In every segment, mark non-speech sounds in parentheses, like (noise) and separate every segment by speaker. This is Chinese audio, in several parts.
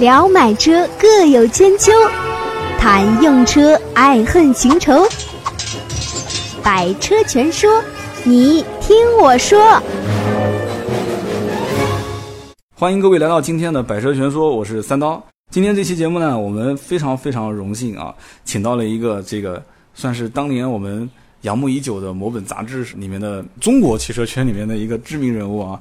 Speaker 1: 聊买车各有千秋，谈用车爱恨情仇。百车全说，你听我说。
Speaker 2: 欢迎各位来到今天的百车全说，我是三刀。今天这期节目呢，我们非常非常荣幸啊，请到了一个这个算是当年我们仰慕已久的某本杂志里面的中国汽车圈里面的一个知名人物啊。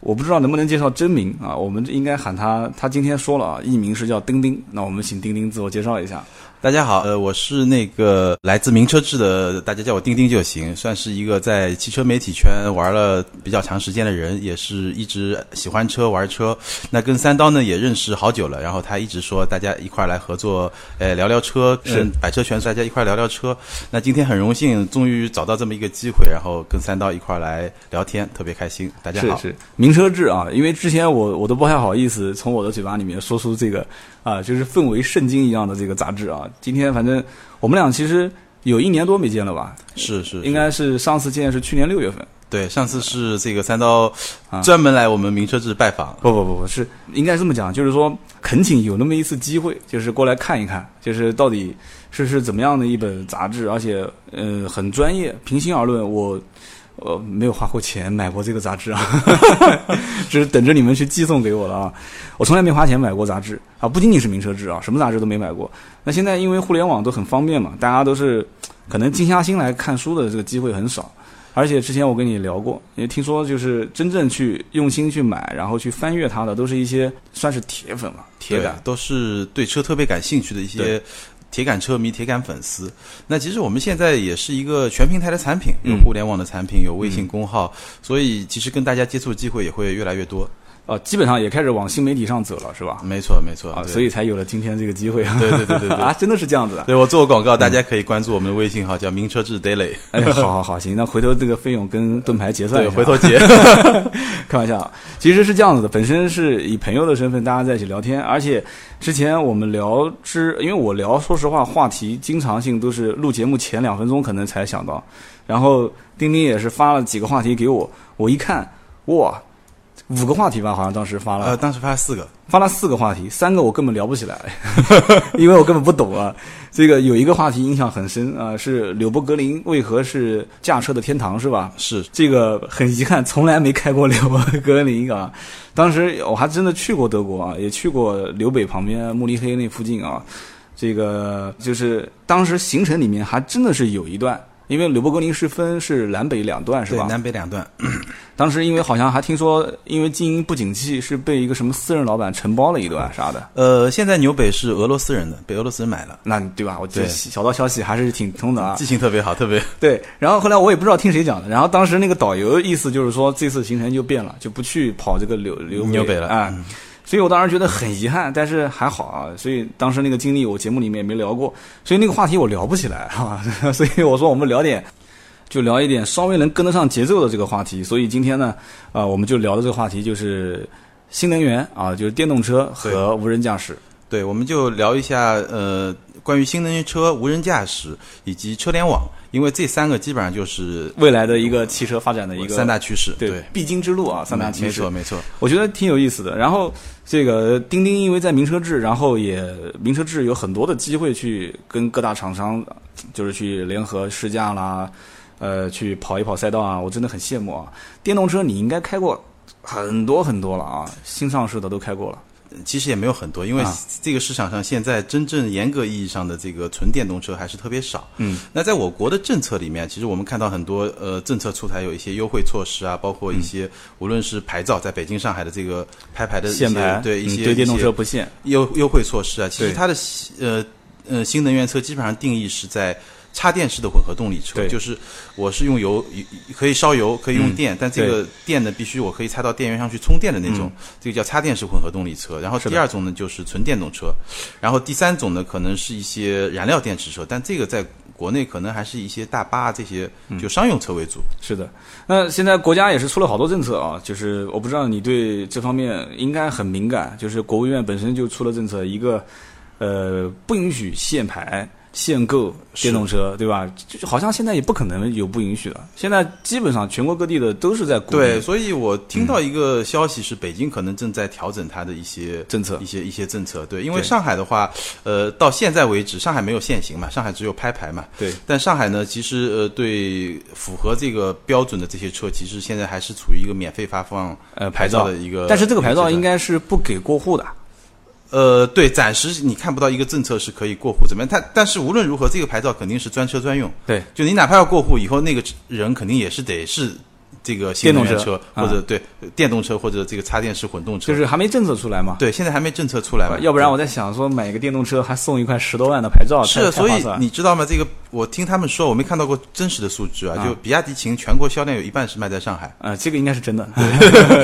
Speaker 2: 我不知道能不能介绍真名啊，我们应该喊他，他今天说了啊，艺名是叫丁丁。那我们请丁丁自我介绍一下。
Speaker 3: 大家好，呃，我是那个来自名车志的，大家叫我丁丁就行，算是一个在汽车媒体圈玩了比较长时间的人，也是一直喜欢车玩车。那跟三刀呢也认识好久了，然后他一直说大家一块儿来合作，呃，聊聊车，
Speaker 2: 是
Speaker 3: 嗯，百车全说大家一块儿聊聊车。那今天很荣幸，终于找到这么一个机会，然后跟三刀一块儿来聊天，特别开心。大家好，
Speaker 2: 是是，名车志啊，因为之前我我都不太好意思从我的嘴巴里面说出这个啊、就是氛围圣经一样的这个杂志啊。今天反正我们俩其实有一年多没见了吧，
Speaker 3: 是是
Speaker 2: 应该是上次见是去年六月份，
Speaker 3: 对。上次是这个三刀
Speaker 2: 啊
Speaker 3: 专门来我们名车志拜访，
Speaker 2: 不不不不是，应该这么讲，就是说恳请有那么一次机会，就是过来看一看，就是到底是是怎么样的一本杂志，而且呃很专业。平心而论，我呃没有花过钱买过这个杂志啊， (laughs) 只是等着你们去寄送给我了啊。我从来没花钱买过杂志啊，不仅仅是名车志啊，什么杂志都没买过。那现在因为互联网都很方便嘛，大家都是可能静下心来看书的这个机会很少。而且之前我跟你聊过，也听说就是真正去用心去买，然后去翻阅它的，都是一些算是铁粉了，铁
Speaker 3: 对
Speaker 2: 杆。
Speaker 3: 都是对车特别感兴趣的一些
Speaker 2: 对
Speaker 3: 铁杆车迷、铁杆粉丝。那其实我们现在也是一个全平台的产品，有
Speaker 2: 嗯
Speaker 3: 互联网的产品，有微信公号，所以其实跟大家接触的机会也会越来越多。
Speaker 2: 呃，基本上也开始往新媒体上走了，是吧？
Speaker 3: 没错，没错，
Speaker 2: 啊，
Speaker 3: 对
Speaker 2: 所以才有了今天这个机会啊！
Speaker 3: 对对对对
Speaker 2: (laughs)
Speaker 3: 对
Speaker 2: 啊，真的是这样子的。
Speaker 3: 对我做个广告，大家可以关注我们的微信号，叫“名车志 daily”。
Speaker 2: 哎，好好好，行，那回头这个费用跟盾牌结算一下啊。
Speaker 3: 对，回头结。
Speaker 2: 开玩笑啊，其实是这样子的，本身是以朋友的身份大家在一起聊天，而且之前我们聊之，因为我聊，说实话，话题经常性都是录节目前两分钟可能才想到，然后丁丁也是发了几个话题给我，我一看，哇，五个话题吧，好像当时发了，
Speaker 3: (laughs) 呃，当时发四个，
Speaker 2: 发了四个话题，三个我根本聊不起来， (laughs) 因为我根本不懂啊。这个有一个话题印象很深啊、是纽博格林为何是驾车的天堂，是吧？
Speaker 3: 是
Speaker 2: 这个很遗憾，从来没开过纽博格林啊。当时我还真的去过德国啊，也去过纽北旁边慕尼黑那附近啊。这个就是当时行程里面还真的是有一段，因为纽博格林是分是南北两段是
Speaker 3: 对
Speaker 2: 吧？
Speaker 3: 南北两段。
Speaker 2: 当时因为好像还听说，因为经营不景气，是被一个什么私人老板承包了一段啥的。
Speaker 3: 呃，现在纽北是俄罗斯人的，被俄罗斯人买了，
Speaker 2: 那对吧？我觉得
Speaker 3: 对嗯
Speaker 2: 小道消息还是挺通的啊
Speaker 3: 记。性特别好，特别
Speaker 2: 对，然后后来我也不知道听谁讲的，然后当时那个导游意思就是说，这次行程就变了，就不去跑这个柳柳
Speaker 3: 纽北了嗯
Speaker 2: 啊。所以我当时觉得很遗憾，但是还好啊。所以当时那个经历，我节目里面也没聊过，所以那个话题我聊不起来哈、啊。 (laughs) 所以我说我们聊点，就聊一点稍微能跟得上节奏的这个话题。所以今天呢，啊、我们就聊的这个话题就是新能源啊，就是电动车和无人驾驶。
Speaker 3: 对，我们就聊一下呃，关于新能源车、无人驾驶以及车联网，因为这三个基本上就是
Speaker 2: 未来的一个汽车发展的一个
Speaker 3: 三大趋势。
Speaker 2: 对
Speaker 3: 对，
Speaker 2: 必经之路啊，三大趋
Speaker 3: 没
Speaker 2: 势
Speaker 3: 错，没错。
Speaker 2: 我觉得挺有意思的。然后这个钉钉因为在名车志，然后也名车志有很多的机会去跟各大厂商，就是去联合试驾啦，呃，去跑一跑赛道啊，我真的很羡慕啊。电动车你应该开过很多很多了啊，新上市的都开过了。
Speaker 3: 其实也没有很多，因为
Speaker 2: 啊
Speaker 3: 这个市场上现在真正严格意义上的这个纯电动车还是特别少。
Speaker 2: 嗯，
Speaker 3: 那在我国的政策里面，其实我们看到很多呃政策出台有一些优惠措施啊，包括
Speaker 2: 嗯
Speaker 3: 一些、无论是牌照，在北京、上海的这个拍牌的一些
Speaker 2: 限牌
Speaker 3: 对一
Speaker 2: 嗯
Speaker 3: 些、
Speaker 2: 对电动
Speaker 3: 一些
Speaker 2: 车不限，
Speaker 3: 优优惠措施啊，其
Speaker 2: 对
Speaker 3: 实它的呃呃新能源车基本上定义是在插电式的混合动力车，
Speaker 2: 对嗯
Speaker 3: 就是我是用油可以烧油，可以用电，但这
Speaker 2: 对嗯
Speaker 3: 个电呢必须我可以插到电源上去充电的那种，这个叫插电式混合动力车。然后
Speaker 2: 是的
Speaker 3: 第二种呢就是纯电动车，然后第三种呢可能是一些燃料电池车，但这个在国内可能还是一些大巴啊这些
Speaker 2: 嗯
Speaker 3: 就商用车为主。
Speaker 2: 是的，那现在国家也是出了好多政策啊，就是我不知道你对这方面应该很敏感，就是国务院本身就出了政策，一个呃不允许限牌，限购电动车，对吧？就好像现在也不可能有不允许的，现在基本上全国各地的都是在鼓
Speaker 3: 对，
Speaker 2: 励
Speaker 3: 所以我听到一个消息是，北京可能正在调整它的一些
Speaker 2: 政策
Speaker 3: 一些一些政策。对，因为
Speaker 2: 对
Speaker 3: 上海的话，呃，到现在为止，上海没有限行嘛，上海只有拍牌嘛。
Speaker 2: 对
Speaker 3: 但上海呢，其实呃，对符合这个标准的这些车，其实现在还是处于一个免费发放
Speaker 2: 呃
Speaker 3: 牌
Speaker 2: 牌照
Speaker 3: 的一个。
Speaker 2: 但是这个牌照
Speaker 3: 一阶
Speaker 2: 应
Speaker 3: 段
Speaker 2: 该是不给过户的，
Speaker 3: 呃，对，暂时你看不到一个政策是可以过户怎么样？但但是无论如何，这个牌照肯定是专车专用。
Speaker 2: 对，
Speaker 3: 就你哪怕要过户，以后那个人肯定也是得是这个新能源
Speaker 2: 电动
Speaker 3: 车
Speaker 2: 车嗯
Speaker 3: 或者对电动车或者这个插电式混动车，
Speaker 2: 就是还没政策出来嘛。啊
Speaker 3: 对，现在还没政策出来嘛，
Speaker 2: 要不然我在想说买个电动车还送一块十多万的牌照，
Speaker 3: 是，啊
Speaker 2: 太
Speaker 3: 所以
Speaker 2: 太划算了
Speaker 3: 你知道吗？这个我听他们说，我没看到过真实的数据啊，就比亚迪秦全国销量有一半是卖在上海，
Speaker 2: 呃，这个应该是 (laughs) 真的，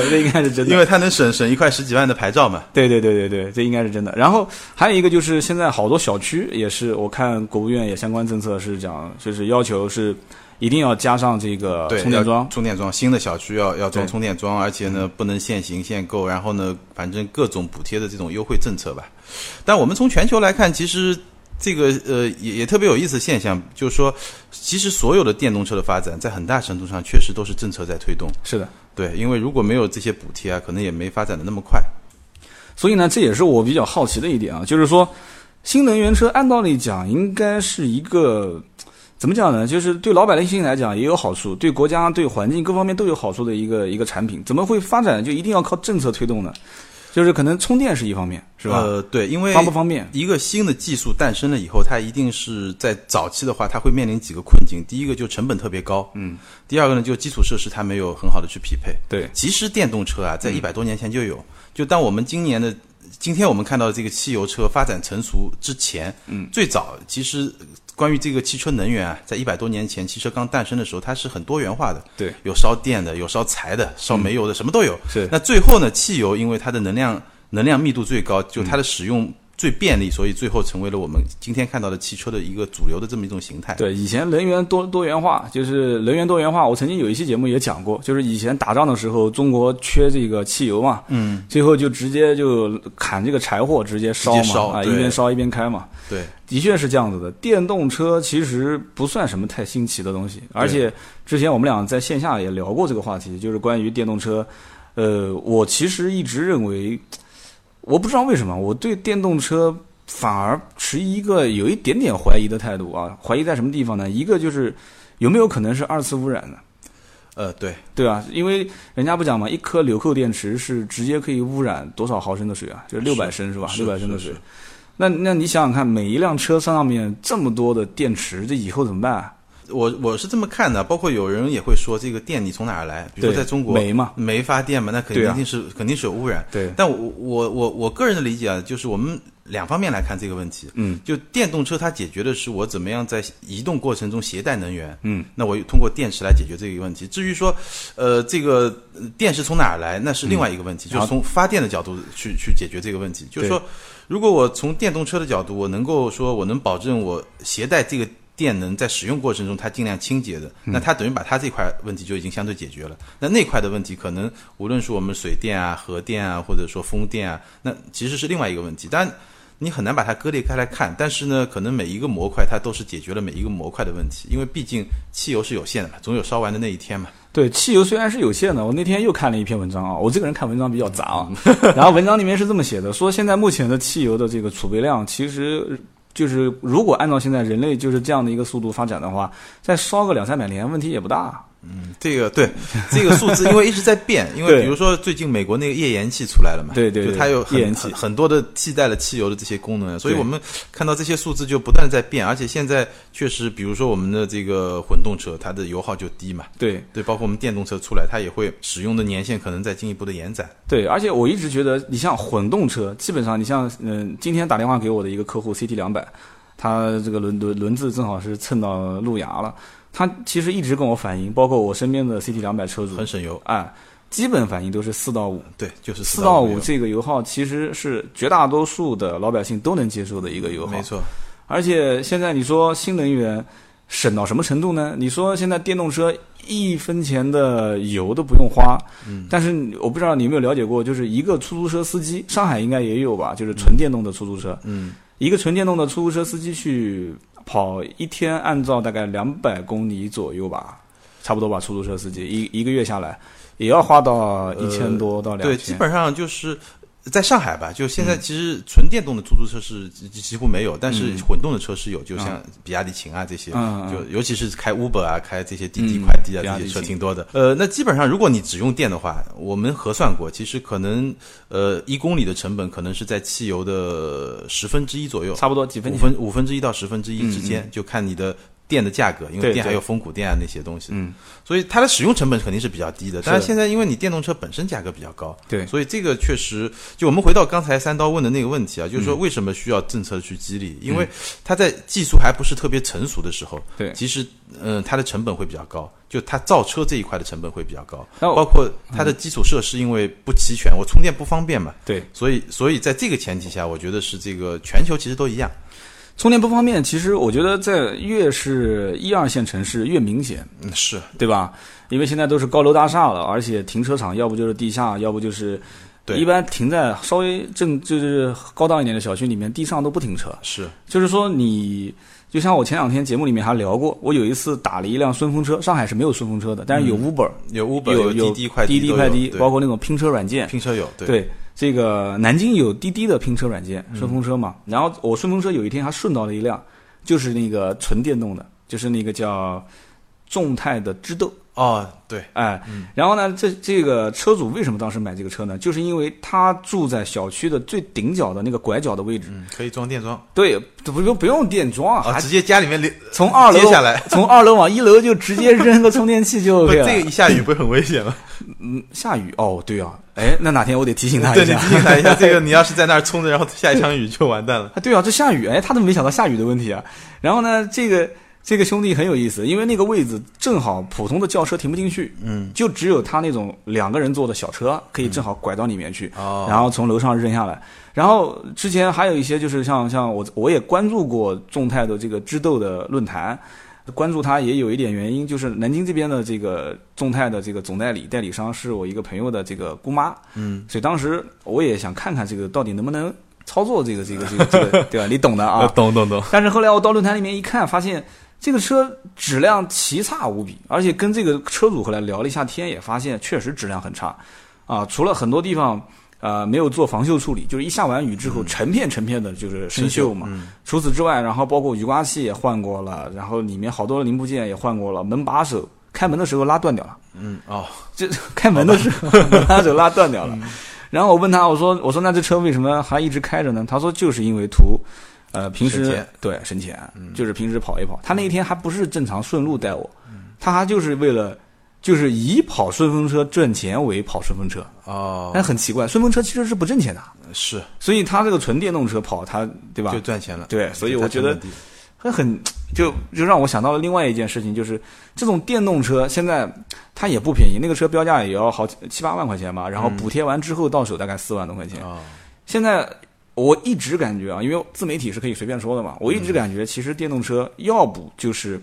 Speaker 2: 这应该是真的
Speaker 3: 因。为它能省省一块十几万的牌照嘛。
Speaker 2: 对对对对对，这应该是真的。然后还有一个就是，现在好多小区也是，我看国务院也相关政策是讲，就是要求是一定要加上这个
Speaker 3: 对，
Speaker 2: 充电
Speaker 3: 要
Speaker 2: 桩。
Speaker 3: 充电桩，新的小区要要装
Speaker 2: 对嗯
Speaker 3: 充电桩，而且呢不能限行限购，然后呢，反正各种补贴的这种优惠政策吧。但我们从全球来看，其实这个呃也也特别有意思的现象，就是说，其实所有的电动车的发展，在很大程度上确实都是政策在推动。
Speaker 2: 是的，
Speaker 3: 对，因为如果没有这些补贴啊，可能也没发展的那么快。
Speaker 2: 所以呢，这也是我比较好奇的一点啊，就是说，新能源车按道理讲应该是一个怎么讲呢？就是对老百姓来讲也有好处，对国家、对环境各方面都有好处的一个一个产品，怎么会发展就一定要靠政策推动呢？就是可能充电是一方面，是吧？
Speaker 3: 呃，对，因为
Speaker 2: 方不方便？
Speaker 3: 一个新的技术诞生了以后，它一定是在早期的话，它会面临几个困境。第一个就成本特别高，嗯，第二个呢就基础设施它没有很好的去匹配。
Speaker 2: 对，
Speaker 3: 其实电动车啊，在一百多年前就有，就当我们今年的。今天我们看到的这个汽油车发展成熟之前，嗯，最早其实关于这个汽车能源啊，在一百多年前汽车刚诞生的时候，它是很多元化的，
Speaker 2: 对，
Speaker 3: 有烧电的，有烧柴的，烧煤油的，什么都有。
Speaker 2: 是
Speaker 3: 那最后呢，汽油因为它的能量能量密度最高，就它的使用最便利，所以最后成为了我们今天看到的汽车的一个主流的这么一种形态。
Speaker 2: 对，以前能源多多元化，就是能源多元化。我曾经有一期节目也讲过，就是以前打仗的时候，中国缺这个汽油嘛，嗯，最后就直接就砍这个柴火，直接烧嘛，
Speaker 3: 直接烧
Speaker 2: 啊，
Speaker 3: 对
Speaker 2: 一边烧一边开嘛，
Speaker 3: 对
Speaker 2: 的确是这样子的。电动车其实不算什么太新奇的东西，而且之前我们俩在线下也聊过这个话题，就是关于电动车。呃，我其实一直认为，我不知道为什么我对电动车反而持一个有一点点怀疑的态度啊。怀疑在什么地方呢？一个就是有没有可能是二次污染呢？
Speaker 3: 呃，对，
Speaker 2: 对啊，因为人家不讲嘛，一颗纽扣电池是直接可以污染多少毫升的水啊？就是六百升是吧？
Speaker 3: 是
Speaker 2: 六百升的
Speaker 3: 是
Speaker 2: 水
Speaker 3: 是。
Speaker 2: 那那你想想看，每一辆车上面这么多的电池，这以后怎么办、啊？
Speaker 3: 我我是这么看的，包括有人也会说这个电力从哪儿来？比如说
Speaker 2: 对
Speaker 3: 在中国
Speaker 2: 煤嘛
Speaker 3: 煤发电嘛，那肯
Speaker 2: 对
Speaker 3: 定
Speaker 2: 啊
Speaker 3: 定是、肯定是有污染。
Speaker 2: 对
Speaker 3: 但我我我我个人的理解啊，就是我们两方面来看这个问题。
Speaker 2: 嗯，
Speaker 3: 就电动车它解决的是我怎么样在移动过程中携带能源。
Speaker 2: 嗯，
Speaker 3: 那我通过电池来解决这个问题。至于说，呃，这个呃电是从哪儿来，那是另外一个问题，就是从发电的角度去去解决这个问题。就是说，如果我从电动车的角度，我能够说我能保证我携带这个。电能在使用过程中，它尽量清洁的，那它等于把它这块问题就已经相对解决了。那那块的问题，可能无论是我们水电啊、核电啊，或者说风电啊，那其实是另外一个问题。当然，你很难把它割裂开来看，但是呢，可能每一个模块它都是解决了每一个模块的问题，因为毕竟汽油是有限的嘛，总有烧完的那一天嘛。
Speaker 2: 对，汽油虽然是有限的，我那天又看了一篇文章啊，我这个人看文章比较杂啊，
Speaker 3: 嗯
Speaker 2: (laughs)
Speaker 3: (laughs)
Speaker 2: 然后文章里面是这么写的，说现在目前的汽油的这个储备量，其实就是如果按照现在人类就是这样的一个速度发展的话，再烧个两三百年问题也不大。啊
Speaker 3: 这个
Speaker 2: (laughs)
Speaker 3: 对，这个数字因为一直在变，因为
Speaker 2: 对
Speaker 3: 比如说最近美国那个页岩气出来了嘛，
Speaker 2: 对对对
Speaker 3: 就它有
Speaker 2: 页
Speaker 3: 很
Speaker 2: 岩气
Speaker 3: 很很多的替代了汽油的这些功能，啊所以
Speaker 2: 对
Speaker 3: 我们看到这些数字就不断在变，而且现在确实，比如说我们的这个混动车，它的油耗就低嘛，
Speaker 2: 对，
Speaker 3: 对，包括我们电动车出来，它也会使用的年限可能在进一步的延展。
Speaker 2: 对，而且我一直觉得，你像混动车，基本上你像嗯、今天打电话给我的一个客户 CT 两百，他这个轮轮轮子正好是蹭到路牙了，他其实一直跟我反映，包括我身边的 CT 两百车主，
Speaker 3: 很省油，
Speaker 2: 哎，基本反映都是四到五，
Speaker 3: 对，就是
Speaker 2: 四到
Speaker 3: 没
Speaker 2: 五
Speaker 3: 有
Speaker 2: 这个油耗其实是绝大多数的老百姓都能接受的一个油耗，
Speaker 3: 没。错，
Speaker 2: 而且现在你说新能源省到什么程度呢？你说现在电动车一分钱的油都不用花，嗯，但是我不知道你有没有了解过，就是一个出租车司机，上海应该也有吧，就是纯电动的出租车，
Speaker 3: 嗯，
Speaker 2: 一个纯电动的出租车司机去跑一天按照大概两百公里左右吧，差不多吧，出租车司机一一个月下来也要花到一千多到两千、嗯
Speaker 3: 对，基本上就是在上海吧，就现在其实纯电动的出租车是几几乎没有，但是混动的车是有，就像比亚迪秦啊这些，
Speaker 2: 嗯嗯
Speaker 3: 就尤其是开 Uber 啊、开这些滴滴
Speaker 2: 嗯
Speaker 3: 快递啊
Speaker 2: 比亚迪
Speaker 3: 这些车
Speaker 2: 秦
Speaker 3: 挺多的。呃，那基本上如果你只用电的话，我们核算过，其实可能呃一公里的成本可能是在汽油的十分之一左右，
Speaker 2: 差不多几分
Speaker 3: 五
Speaker 2: 钱。
Speaker 3: 分五分之一到十分之一之间，就看你的电的价格，
Speaker 2: 嗯
Speaker 3: 因为
Speaker 2: 对
Speaker 3: 电还
Speaker 2: 对
Speaker 3: 有风谷电啊那些东西，
Speaker 2: 嗯，
Speaker 3: 所以它的使用成本肯定是比较低的。
Speaker 2: 的
Speaker 3: 但是现在因为你电动车本身价格比较高，
Speaker 2: 对
Speaker 3: 所以这个确实，就我们回到刚才三刀问的那个问题啊，就是
Speaker 2: 嗯
Speaker 3: 说为什么需要政策去激励？因为它在技术还不是特别成熟的时候，
Speaker 2: 对
Speaker 3: 其实嗯、呃它的成本会比较高。就它造车这一块的成本会比较高，
Speaker 2: 那我
Speaker 3: 包括它
Speaker 2: 嗯
Speaker 3: 的基础设施因为不齐全，我充电不方便嘛，
Speaker 2: 对，
Speaker 3: 所以所以在这个前提下，我觉得是这个全球其实都一样，
Speaker 2: 充电不方便，其实我觉得在越是一二线城市越明显，
Speaker 3: 嗯是，
Speaker 2: 对吧？因为现在都是高楼大厦了，而且停车场要不就是地下，要不就是。
Speaker 3: 对
Speaker 2: 一般停在稍微正就是高档一点的小区里面，地上都不停车。
Speaker 3: 是
Speaker 2: 就是说你，就像我前两天节目里面还聊过，我有一次打了一辆顺风车，上海是没有顺风车的，但是有 Uber，、
Speaker 3: 有嗯
Speaker 2: 有
Speaker 3: Uber 滴滴快
Speaker 2: 滴
Speaker 3: 滴都有
Speaker 2: 快滴，
Speaker 3: 对
Speaker 2: 包括那种拼车软件。
Speaker 3: 拼车有对嗯
Speaker 2: 对，这个南京有滴滴的拼车软件，顺风车嘛。然后我顺风车有一天还顺到了一辆，就是那个纯电动的，就是那个叫众泰的知豆。
Speaker 3: 哦对
Speaker 2: 哎，然后呢，这这个车主为什么当时买这个车呢？就是因为他住在小区的最顶角的那个拐角的位置，
Speaker 3: 嗯可以装电桩
Speaker 2: 对，不用不用电桩，
Speaker 3: 啊
Speaker 2: 还
Speaker 3: 直接家里面连
Speaker 2: 从二楼
Speaker 3: 接下来，
Speaker 2: 从二楼往一楼就直接扔个充电器就
Speaker 3: (laughs) 不
Speaker 2: OK
Speaker 3: 这
Speaker 2: 了。
Speaker 3: 个一下雨不是很危险吗？
Speaker 2: 嗯，下雨哦，对啊， (laughs) 哎，那哪天我得提醒他
Speaker 3: 对
Speaker 2: 一
Speaker 3: 你
Speaker 2: 下。
Speaker 3: 提醒他一下，这个你要是在那儿冲着，然后下一场雨就完蛋了。
Speaker 2: 啊，对啊，这下雨，哎，他怎么没想到下雨的问题啊？然后呢，这个这个兄弟很有意思，因为那个位置正好普通的轿车停不进去，
Speaker 3: 嗯，
Speaker 2: 就只有他那种两个人坐的小车可以正好拐到里面去，
Speaker 3: 哦
Speaker 2: 然后从楼上扔下来。然后之前还有一些就是像像我我也关注过众泰的这个知豆的论坛。关注他也有一点原因，就是南京这边的这个众泰的这个总代理代理商是我一个朋友的这个姑妈，
Speaker 3: 嗯，
Speaker 2: 所以当时我也想看看这个到底能不能操作这个这个这个这个，对吧？你懂的 (laughs) 啊。
Speaker 3: (laughs) 懂懂懂，
Speaker 2: 但是后来我到论坛里面一看，发现这个车质量奇差无比，而且跟这个车主后来聊了一下天，也发现确实质量很差啊，除了很多地方。呃，没有做防锈处理，就是一下完雨之后，成片成片的就是嗯生锈嘛。除此之外，然后包括雨刮器也换过了，然后里面好多零部件也换过了，门把手开门的时候拉断掉了，
Speaker 3: 嗯哦，
Speaker 2: 这开门的时
Speaker 3: (laughs)
Speaker 2: 候门把手拉断掉了。
Speaker 3: 嗯
Speaker 2: 然后我问他，我说我说那这车为什么还一直开着呢？他说就是因为图，呃，平时
Speaker 3: 省钱嗯
Speaker 2: 对省钱，就是平时跑一跑。他那一天还不是正常顺路带我，
Speaker 3: 嗯
Speaker 2: 他还就是为了就是以跑顺风车挣钱为跑顺风车，
Speaker 3: 哦
Speaker 2: 但很奇怪，顺风车其实是不挣钱的，啊
Speaker 3: 是
Speaker 2: 所以他这个纯电动车跑，他对吧
Speaker 3: 就？赚钱了。
Speaker 2: 啊对，所以
Speaker 3: 它
Speaker 2: 我觉
Speaker 3: 成
Speaker 2: 得
Speaker 3: 本低
Speaker 2: 很很就就让我想到了另外一件事情，就是这种电动车现在它也不便宜，那个车标价也要好几七八万块钱吧，然后补贴完之后到手大概四万多块钱。
Speaker 3: 哦
Speaker 2: 现在我一直感觉啊，因为自媒体是可以随便说
Speaker 3: 嗯
Speaker 2: 的嘛，我一直感觉其实电动车要不就是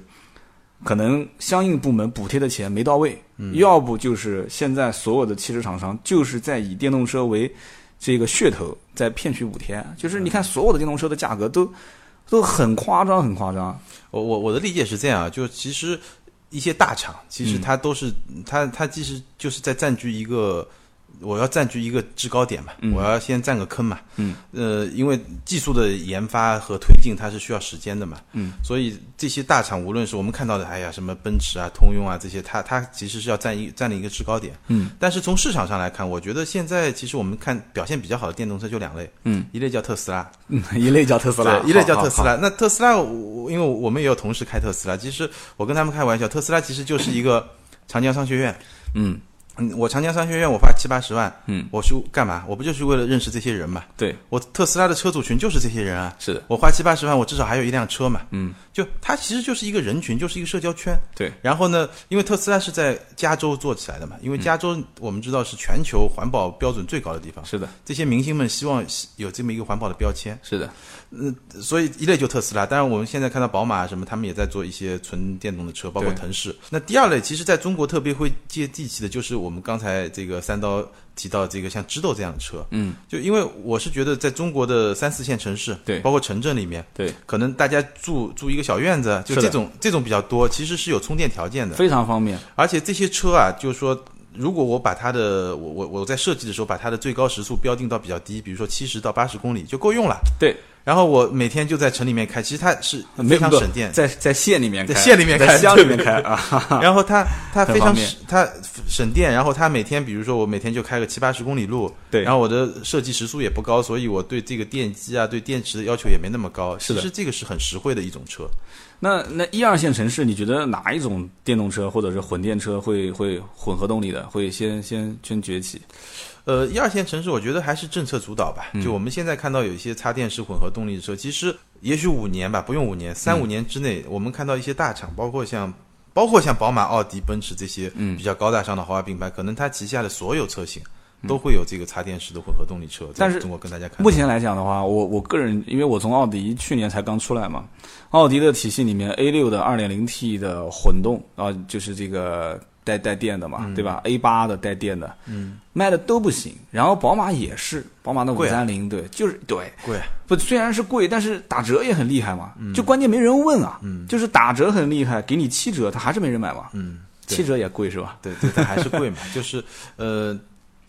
Speaker 2: 可能相应部门补贴的钱没到位，
Speaker 3: 嗯
Speaker 2: 要不就是现在所有的汽车厂商就是在以电动车为这个噱头在骗取补贴，
Speaker 3: 嗯
Speaker 2: 就是你看所有的电动车的价格都。都很夸张，很夸张。 (laughs)
Speaker 3: 我我我的理解是这样啊，就其实一些大厂，其
Speaker 2: 嗯
Speaker 3: 实它都是、它它其实就是在占据一个。我要占据一个制高点嘛，我要先占个坑嘛，
Speaker 2: 嗯，
Speaker 3: 呃，因为技术的研发和推进它是需要时间的嘛，
Speaker 2: 嗯，
Speaker 3: 所以这些大厂无论是我们看到的，哎呀，什么奔驰啊、通用啊这些，它它其实是要占一占领一个制高点，
Speaker 2: 嗯，
Speaker 3: 但是从市场上来看，我觉得现在其实我们看表现比较好的电动车就两类，
Speaker 2: 嗯，
Speaker 3: 一类叫特斯拉，
Speaker 2: 嗯，一类叫特斯拉，
Speaker 3: 对，一类叫
Speaker 2: 好
Speaker 3: 特斯。拉。那特斯拉，我我因为我们也有同事开特斯拉，其实我跟他们开玩笑，特斯拉其实就是一个长江商学院。
Speaker 2: 嗯，
Speaker 3: 嗯，我长江商学院我花七八十万，
Speaker 2: 嗯，
Speaker 3: 我去干嘛？我不就是为了认识这些人嘛？
Speaker 2: 对，
Speaker 3: 我特斯拉的车主群就是这些人啊。
Speaker 2: 是的，
Speaker 3: 我花七八十万，我至少还有一辆车嘛。
Speaker 2: 嗯，
Speaker 3: 就它其实就是一个人群，就是一个社交圈。
Speaker 2: 对，
Speaker 3: 然后呢，因为特斯拉是在加州做起来的嘛，
Speaker 2: 嗯
Speaker 3: 因为加州我们知道是全球环保标准最高的地方，
Speaker 2: 是的，
Speaker 3: 这些明星们希望有这么一个环保的标签。
Speaker 2: 是的，
Speaker 3: 所以一类就特斯拉，当然我们现在看到宝马什么，他们也在做一些纯电动的车，包括
Speaker 2: 对
Speaker 3: 腾势。那第二类，其实在中国特别会接地气的，就是我我们刚才这个三刀提到这个像知豆这样的车，
Speaker 2: 嗯，
Speaker 3: 就因为我是觉得在中国的三四线城市，
Speaker 2: 对
Speaker 3: 包括城镇里面，
Speaker 2: 对，
Speaker 3: 可能大家住住一个小院子，就是
Speaker 2: 的
Speaker 3: 这种这种比较多，其实是有充电条件的，
Speaker 2: 非常方便。
Speaker 3: 而且这些车啊，就是说，如果我把它的我我我在设计的时候把它的最高时速标定到比较低，比如说七十到八十公里就够用了。
Speaker 2: 对，
Speaker 3: 然后我每天就在城里面开，其实它是
Speaker 2: 呃没
Speaker 3: 非
Speaker 2: 有
Speaker 3: 常
Speaker 2: 不
Speaker 3: 省电。
Speaker 2: 在在县里面开，
Speaker 3: 在县里面
Speaker 2: 在
Speaker 3: 开
Speaker 2: 乡里
Speaker 3: 对
Speaker 2: 面开啊， (laughs)
Speaker 3: 然后它它
Speaker 2: 很
Speaker 3: 非
Speaker 2: 方
Speaker 3: 常
Speaker 2: 便
Speaker 3: 省它省电，然后它每天比如说我每天就开个七八十公里路，
Speaker 2: 对
Speaker 3: 然后我的设计时速也不高，所以我对这个电机啊对电池的要求也没那么高。
Speaker 2: 是的
Speaker 3: 其实这个是很实惠的一种车。
Speaker 2: 那那一二线城市，你觉得哪一种电动车或者是混电车会会混合动力的会先先先崛起？
Speaker 3: 呃，一二线城市我觉得还是政策主导
Speaker 2: 嗯
Speaker 3: 吧。就我们现在看到有一些插电式混合动力的车，其实也许五年吧，不用五年，三五
Speaker 2: 嗯
Speaker 3: 年之内，我们看到一些大厂，包括像包括像宝马、奥迪、奔驰这些
Speaker 2: 嗯
Speaker 3: 比较高大上的豪华品牌，可能它旗下的所有车型都会有这个插电式的混合动力车。
Speaker 2: 嗯但
Speaker 3: 在
Speaker 2: 是
Speaker 3: 中国跟大家看到，
Speaker 2: 目前来讲的话，我我个人，因为我从奥迪去年才刚出来嘛，奥迪的体系里面，A 六的 2.0T 的混动啊、就是这个带带电的嘛，对吧？A
Speaker 3: 嗯
Speaker 2: 八的带电的，嗯，卖的都不行。然后宝马也是，宝马的五
Speaker 3: 贵啊
Speaker 2: 三零，对，就是对，
Speaker 3: 贵啊，
Speaker 2: 不虽然是贵，但是打折也很厉害嘛，
Speaker 3: 嗯
Speaker 2: 就关键没人问啊，就是打折很厉害，给你七折，他还是没人买嘛，
Speaker 3: 嗯，对
Speaker 2: 七折也贵是吧？
Speaker 3: 对对，它还是贵嘛，就是呃。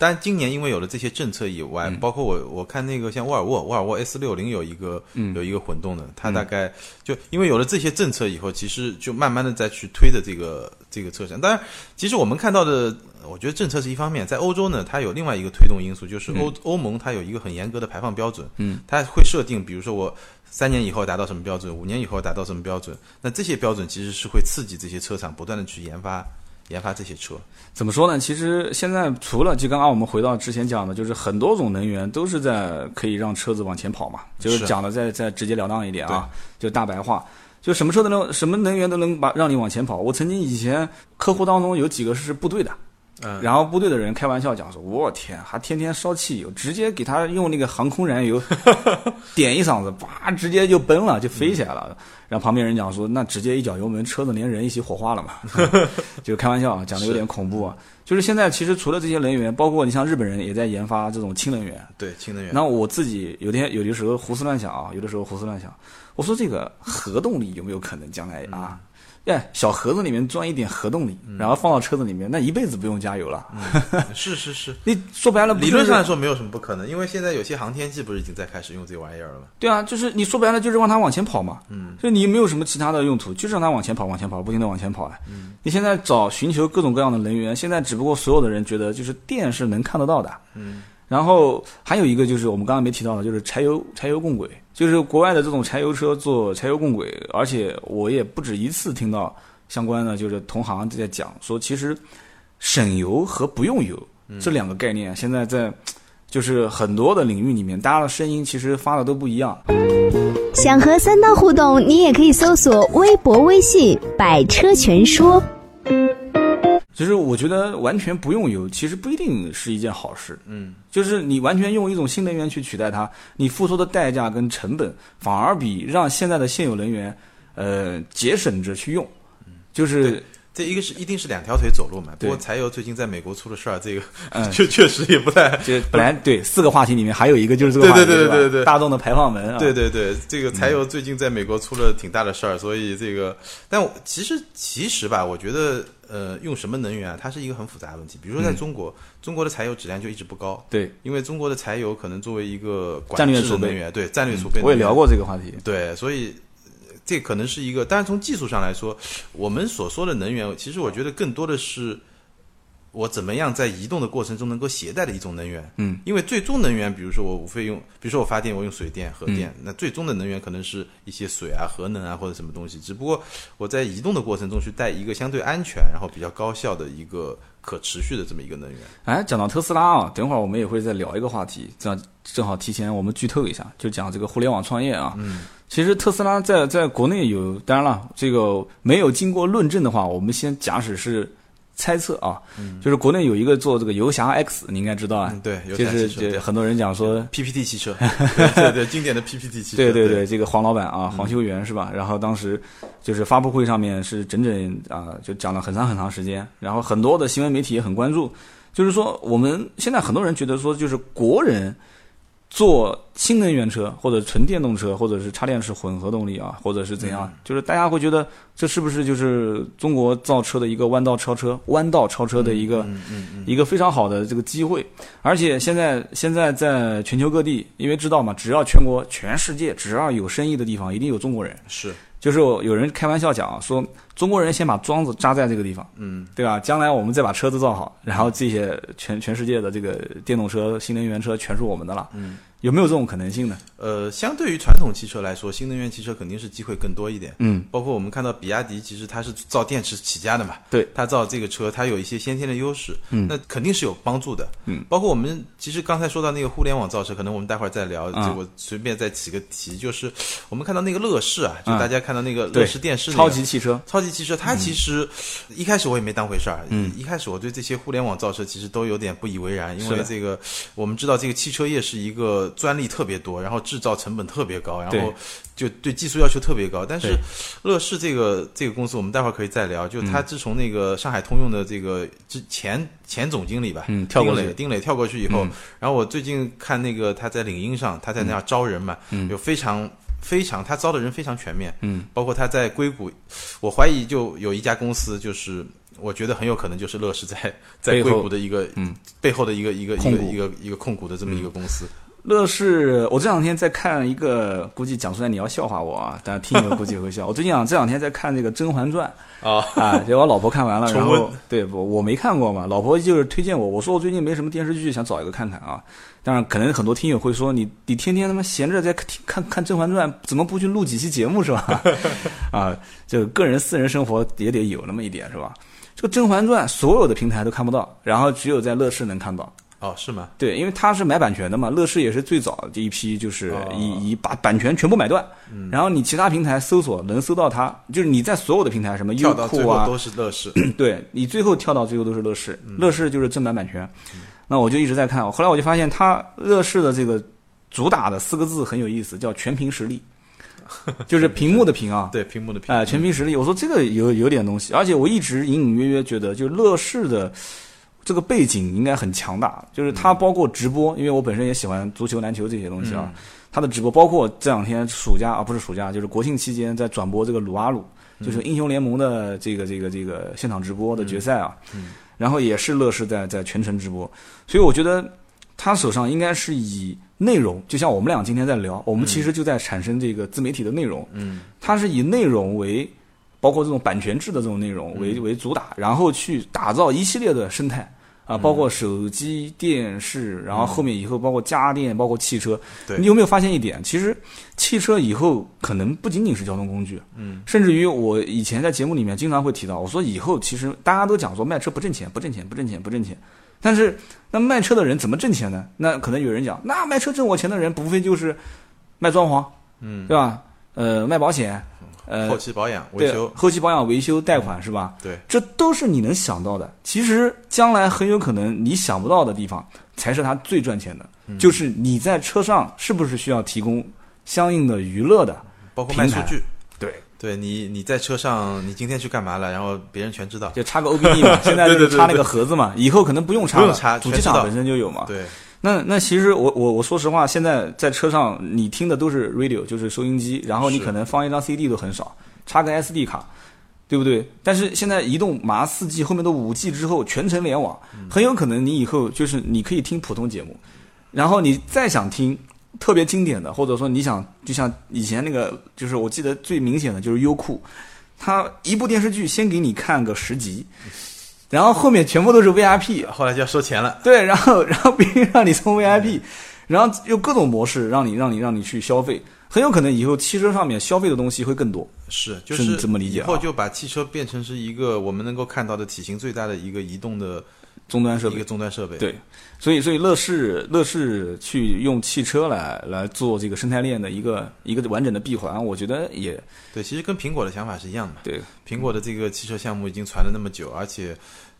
Speaker 3: 但今年因为有了这些政策以外，包括我我看那个像沃尔沃，沃尔沃 S 六零有一个、有一个混动的，它大概就因为有了这些政策以后，其实就慢慢的再去推的这个这个车型。当然，其实我们看到的，我觉得政策是一方面，在欧洲呢，它有另外一个推动因素，就是欧、欧盟它有一个很严格的排放标准，嗯，它会设定，比如说我三年以后达到什么标准，五年以后达到什么标准，那这些标准其实是会刺激这些车厂不断的去研发研发这些车。
Speaker 2: 怎么说呢？其实现在除了就刚刚我们回到之前讲的，就是很多种能源都是在可以让车子往前跑嘛，就是
Speaker 3: 是
Speaker 2: 讲的再再直截了当一点啊，就大白话。就什么车都能，什么能源都能把让你往前跑。我曾经以前客户当中有几个是部队的，
Speaker 3: 嗯
Speaker 2: 然后部队的人开玩笑讲说：“我天，还天天烧汽油，直接给他用那个航空燃
Speaker 3: (laughs)
Speaker 2: 油点一嗓子，叭，直接就奔了，就飞起来了。然后旁边人讲说：“那直接一脚油门，车子连人一起火化了嘛？”就开玩笑啊，讲的有点恐怖啊。就是现在，其实除了这些能源，包括你像日本人也在研发这种氢能源。
Speaker 3: 对，氢能源。
Speaker 2: 那我自己有天有的时候胡思乱想啊，有的时候胡思乱想，我说这个核动力有没有可能将来啊？
Speaker 3: 嗯
Speaker 2: 哎，小盒子里面装一点核动力，然后放到车子里面，那一辈子不用加油了。
Speaker 3: 是是是，
Speaker 2: 你说白了，不就
Speaker 3: 嗯理
Speaker 2: 是
Speaker 3: 论上来说没有什么不可能，因为现在有些航天器不是已经在开始用这玩意儿了吗？
Speaker 2: 对啊，就是你说白了就是让它往前跑嘛，嗯，就你没有什么其他的用途，就是让它往前跑，往前跑，不停的往前跑啊。嗯，你现在找寻求各种各样的能源，现在只不过所有的人觉得就是电是能看得到的，嗯，然后还有一个就是我们刚刚没提到的，就是柴油柴油共轨，就是国外的这种柴油车做柴油共轨，而且我也不止一次听到相关的就是同行在讲说，其实省油和不用油、这两个概念啊现在在。就是很多的领域里面，大家的声音其实发的都不一样。
Speaker 1: 想和三刀互动，你也可以搜索微博、微信“百车全说
Speaker 2: 其实我觉得完全不用油，其实不一定是一件好事。
Speaker 3: 嗯，
Speaker 2: 就是你完全用一种新能源去取代它，你付出的代价跟成本，反而比让现在的现有能源，呃，节省着去用，就是
Speaker 3: 这一个是一定是两条腿走路嘛。不
Speaker 2: 对
Speaker 3: 过柴油最近在美国出了事儿，这个 (laughs)
Speaker 2: 嗯
Speaker 3: 确确实也不太。
Speaker 2: (laughs) 就本来对四个话题里面还有一个就是这个话题，
Speaker 3: 对对对
Speaker 2: 是吧
Speaker 3: 对对对
Speaker 2: 大众的排放门啊，
Speaker 3: (laughs) 对对对，这个柴油最近在美国出了挺大的事
Speaker 2: 嗯
Speaker 3: 儿，所以这个，但我其实其实吧，我觉得呃，用什么能源啊，它是一个很复杂的问题。比如
Speaker 2: 嗯
Speaker 3: 说在中国，中国的柴油质量就一直不高，
Speaker 2: 对，
Speaker 3: 因为中国的柴油可能作为一个管
Speaker 2: 战略
Speaker 3: 制
Speaker 2: 储备嗯
Speaker 3: 能源，对战略储备能源，
Speaker 2: 我也聊过这个话题，
Speaker 3: 对，所以呃这可能是一个，当然从技术上来说，我们所说的能源，其实我觉得更多的是我怎么样在移动的过程中能够携带的一种能源。
Speaker 2: 嗯，
Speaker 3: 因为最终能源，比如说我无非用，比如说我发电，我用水电、核电，那最终的能源可能是一些水啊、核能啊或者什么东西。只不过我在移动的过程中去带一个相对安全，然后比较高效的一个可持续的这么一个能源。
Speaker 2: 哎，讲到特斯拉啊，等会儿我们也会再聊一个话题，这样正好提前我们剧透一下，就讲这个互联网创业啊。嗯，其实特斯拉在在国内有，当然了，这个没有经过论证的话，我们先假使是猜测啊，就是国内有一个做这个游侠 X，你应该知道啊
Speaker 3: 嗯，对游侠
Speaker 2: 就
Speaker 3: 汽
Speaker 2: 是
Speaker 3: 车
Speaker 2: 就
Speaker 3: 对
Speaker 2: 很多人讲说
Speaker 3: PPT 汽车，对对对，经典的 PPT 汽车，
Speaker 2: 对
Speaker 3: 对
Speaker 2: 对，这个黄老板啊，黄修元是吧？然后当时就是发布会上面是整整啊、就讲了很长很长时间，然后很多的新闻媒体也很关注。就是说，我们现在很多人觉得说，就是国人做新能源车或者纯电动车，或者是插电式混合动力啊，或者是怎样，就是大家会觉得这是不是就是中国造车的一个弯道超车、弯道超车的一个、一个非常好的这个机会。而且现在现在在全球各地，因为知道嘛，只要全国、全世界只要有生意的地方，一定有中国人。
Speaker 3: 是，
Speaker 2: 就是有人开玩笑讲啊，说中国人先把桩子扎在这个地方，
Speaker 3: 嗯，
Speaker 2: 对吧？将来我们再把车子造好，然后这些全全世界的这个电动车、新能源车全是我们的了。嗯，有没有这种可能性呢？
Speaker 3: 呃，相对于传统汽车来说，新能源汽车肯定是机会更多一点。
Speaker 2: 嗯，
Speaker 3: 包括我们看到比亚迪，其实它是造电池起家的嘛，
Speaker 2: 对
Speaker 3: 它造这个车，它有一些先天的优势，嗯，那肯定是有帮助的。
Speaker 2: 嗯，
Speaker 3: 包括我们其实刚才说到那个互联网造车，可能我们待会儿再聊。
Speaker 2: 啊
Speaker 3: 就我随便再起个题，就是我们看到那个乐视啊，就
Speaker 2: 啊
Speaker 3: 大家看到那个
Speaker 2: 对
Speaker 3: 乐视电视、那个
Speaker 2: 超级汽车，
Speaker 3: 超级汽车，
Speaker 2: 嗯
Speaker 3: 它其实一开始我也没当回事儿，嗯，一开始我对这些互联网造车其实都有点不以为然，因
Speaker 2: 是
Speaker 3: 为
Speaker 2: 的
Speaker 3: 这个我们知道这个汽车业是一个专利特别多，然后制造成本特别高，然
Speaker 2: 对
Speaker 3: 后就对技术要求特别高。但是
Speaker 2: 对嗯
Speaker 3: 乐视这个这个公司，我们待会儿可以再聊，就它自从那个上海通用的这个之前前总经理吧，
Speaker 2: 嗯跳过
Speaker 3: 丁
Speaker 2: 去嗯
Speaker 3: 磊，丁磊跳过去以后，然后我最近看那个他在领英上，他在那儿招人嘛，有非常。非常，他招的人非常全面，
Speaker 2: 嗯，
Speaker 3: 包括他在硅谷我怀疑就有一家公司，就是我觉得很有可能就是乐视在 (laughs) 在
Speaker 2: 背
Speaker 3: 硅
Speaker 2: 后
Speaker 3: 谷的一个
Speaker 2: 嗯
Speaker 3: 背后的一个一个一
Speaker 2: 控
Speaker 3: 个
Speaker 2: 股
Speaker 3: 一个一个控股的这么一个公司。
Speaker 2: 乐视，我这两天在看一个，估计讲出来你要笑话我啊，但听友估计会笑。我最近啊这两天在看这个《甄嬛传》。
Speaker 3: 啊，
Speaker 2: (laughs) 啊，结果我老婆看完了，然
Speaker 3: 重温
Speaker 2: 后对我我没看过嘛，老婆就是推荐我，我说我最近没什么电视剧，想找一个看看啊。当然，可能很多听友会说，你你天天他妈闲着在看看看《甄嬛传》，怎么不去录几期节目是吧？ (laughs) 啊，就个人私人生活也得有那么一点是吧？这个《甄嬛传》所有的平台都看不到，然后只有在乐视能看到。
Speaker 3: 哦，是吗？
Speaker 2: 对，因为它是买版权的嘛，乐视也是最早的一批，就是
Speaker 3: 哦嗯
Speaker 2: 以以把版权全部买断，然后你其他平台搜索能搜到它，就是你在所有的平台，什么优
Speaker 3: 跳到最
Speaker 2: 酷
Speaker 3: 后
Speaker 2: 啊、
Speaker 3: 都是乐
Speaker 2: (coughs)
Speaker 3: 视，
Speaker 2: (clears throat) 对你最后跳到最后都是乐视，乐视就是正版版权。那我就一直在看，后来我就发现它乐视的这个主打的四个字很有意思，叫“全凭实力”，就是屏幕的屏啊，
Speaker 3: 对屏幕的屏
Speaker 2: 啊、全凭实力。我说这个有有点东西，而且我一直隐隐约约觉得，就是乐视的这个背景应该很强大，就是它包括直播，因为我本身也喜欢足球、篮球这些东西啊。它的直播包括这两天暑假啊，不是暑假，就是国庆期间在转播这个鲁阿鲁，就是英雄联盟的这个这个这个现场直播的决赛啊。然后也是乐视在在全程直播，所以我觉得他手上应该是以内容，就像我们俩今天在聊，我们其实就在产生这个自媒体的内容，嗯，它是以内容为，包括这种版权制的这种内容为、为主打，然后去打造一系列的生态。啊，包括手机、电视，然后后面以后包括家电、包括汽车，
Speaker 3: 对
Speaker 2: 你有没有发现一点？其实汽车以后可能不仅仅是交通工具，嗯，甚至于我以前在节目里面经常会提到，我说以后其实大家都讲说卖车不挣钱，不挣钱，不挣钱，不挣钱，但是那卖车的人怎么挣钱呢？那可能有人讲，那卖车挣我钱的人，不非就是卖装潢，嗯，对吧？呃，卖保险，呃
Speaker 3: 后，期保养维
Speaker 2: 对，
Speaker 3: 修，
Speaker 2: 后期保养、维修、贷款是吧？
Speaker 3: 对，
Speaker 2: 这都是你能想到的。其实将来很有可能你想不到的地方，才是它最赚钱的。
Speaker 3: 嗯
Speaker 2: 就是你在车上是不是需要提供相应的娱乐的？
Speaker 3: 包括卖数
Speaker 2: 平台
Speaker 3: 据。
Speaker 2: 对，
Speaker 3: 对你，你在车上，你今天去干嘛了？然后别人全知道。
Speaker 2: 就插个 OBD
Speaker 3: (laughs)
Speaker 2: 嘛，现在就
Speaker 3: 对对
Speaker 2: 是
Speaker 3: 对
Speaker 2: 插那
Speaker 3: 对
Speaker 2: 个盒子嘛，以后可能不用插
Speaker 3: 不
Speaker 2: 了，
Speaker 3: 用插
Speaker 2: 主
Speaker 3: 全
Speaker 2: 机
Speaker 3: 知
Speaker 2: 厂
Speaker 3: 道
Speaker 2: 本身就有嘛。
Speaker 3: 对，
Speaker 2: 那那其实我我我说实话，现在在车上你听的都是 radio，就是收音机，然后你
Speaker 3: 是
Speaker 2: 可能放一张 CD 都很少，插个 SD 卡，对不对？但是现在移动马上四 G，后面都五 G 之后全程联网，很有可能你以后就是你可以听普通节目，然后你再想听特别经典的，或者说你想就像以前那个，就是我记得最明显的就是优酷，它一部电视剧先给你看个十集，然后后面全部都是 VIP，
Speaker 3: 后来就要收钱 (laughs) 了。
Speaker 2: 对，然后然后必须让你充 VIP，然后用各种模式让你让你让你去消费，很有可能以后汽车上面消费的东西会更多。
Speaker 3: 是，就是是
Speaker 2: 这么理解
Speaker 3: 以后
Speaker 2: 啊
Speaker 3: 就把汽车变成是一个我们能够看到的体型最大的一个移动的
Speaker 2: 终端设
Speaker 3: 一
Speaker 2: 备
Speaker 3: 个终端设备。
Speaker 2: 对，所以所以乐视乐视去用汽车来来做这个生态链的一个一个完整的闭环，我觉得也
Speaker 3: 对，其实跟苹果的想法是一样的。
Speaker 2: 对
Speaker 3: 苹果的这个汽车项目已经传了那么久，而且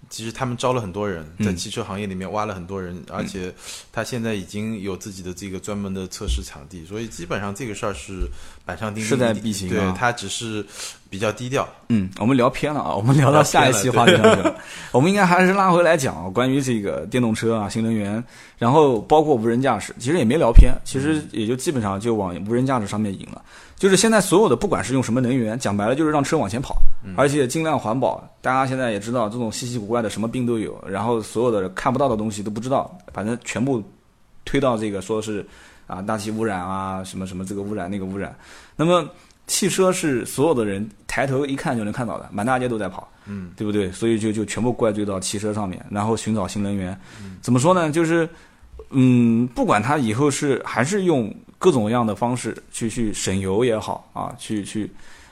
Speaker 3: 其实他们招了很多人，
Speaker 2: 嗯
Speaker 3: 在汽车行业里面挖了很多人，而且他现在已经有自己的这个专门的测试场地，所以基本上这个事儿是板上钉钉
Speaker 2: 势在
Speaker 3: 的
Speaker 2: 必行啊
Speaker 3: 对，他只是比较低调。
Speaker 2: 嗯，我们聊偏了啊， (laughs) 我们聊到下一期话题上去了。 (laughs) 我们应该还是拉回来讲啊关于这个电动车啊、新能源，然后包括无人驾驶，其实也没聊偏，其实也就基本上就往无人驾驶上面引了。就是现在所有的，不管是用什么能源，讲白了就是让车往前跑，而且尽量环保。大家现在也知道，这种稀奇古怪的什么病都有，然后所有的看不到的东西都不知道，反正全部推到这个说是啊大气污染啊，什么什么这个污染那个污染。那么汽车是所有的人抬头一看就能看到的，满大街都在跑，
Speaker 3: 嗯，
Speaker 2: 对不对？所以就就全部怪罪到汽车上面，然后寻找新能源。怎么说呢？就是，嗯，不管它以后是还是用各种各样的方式去去省油也好啊，去去，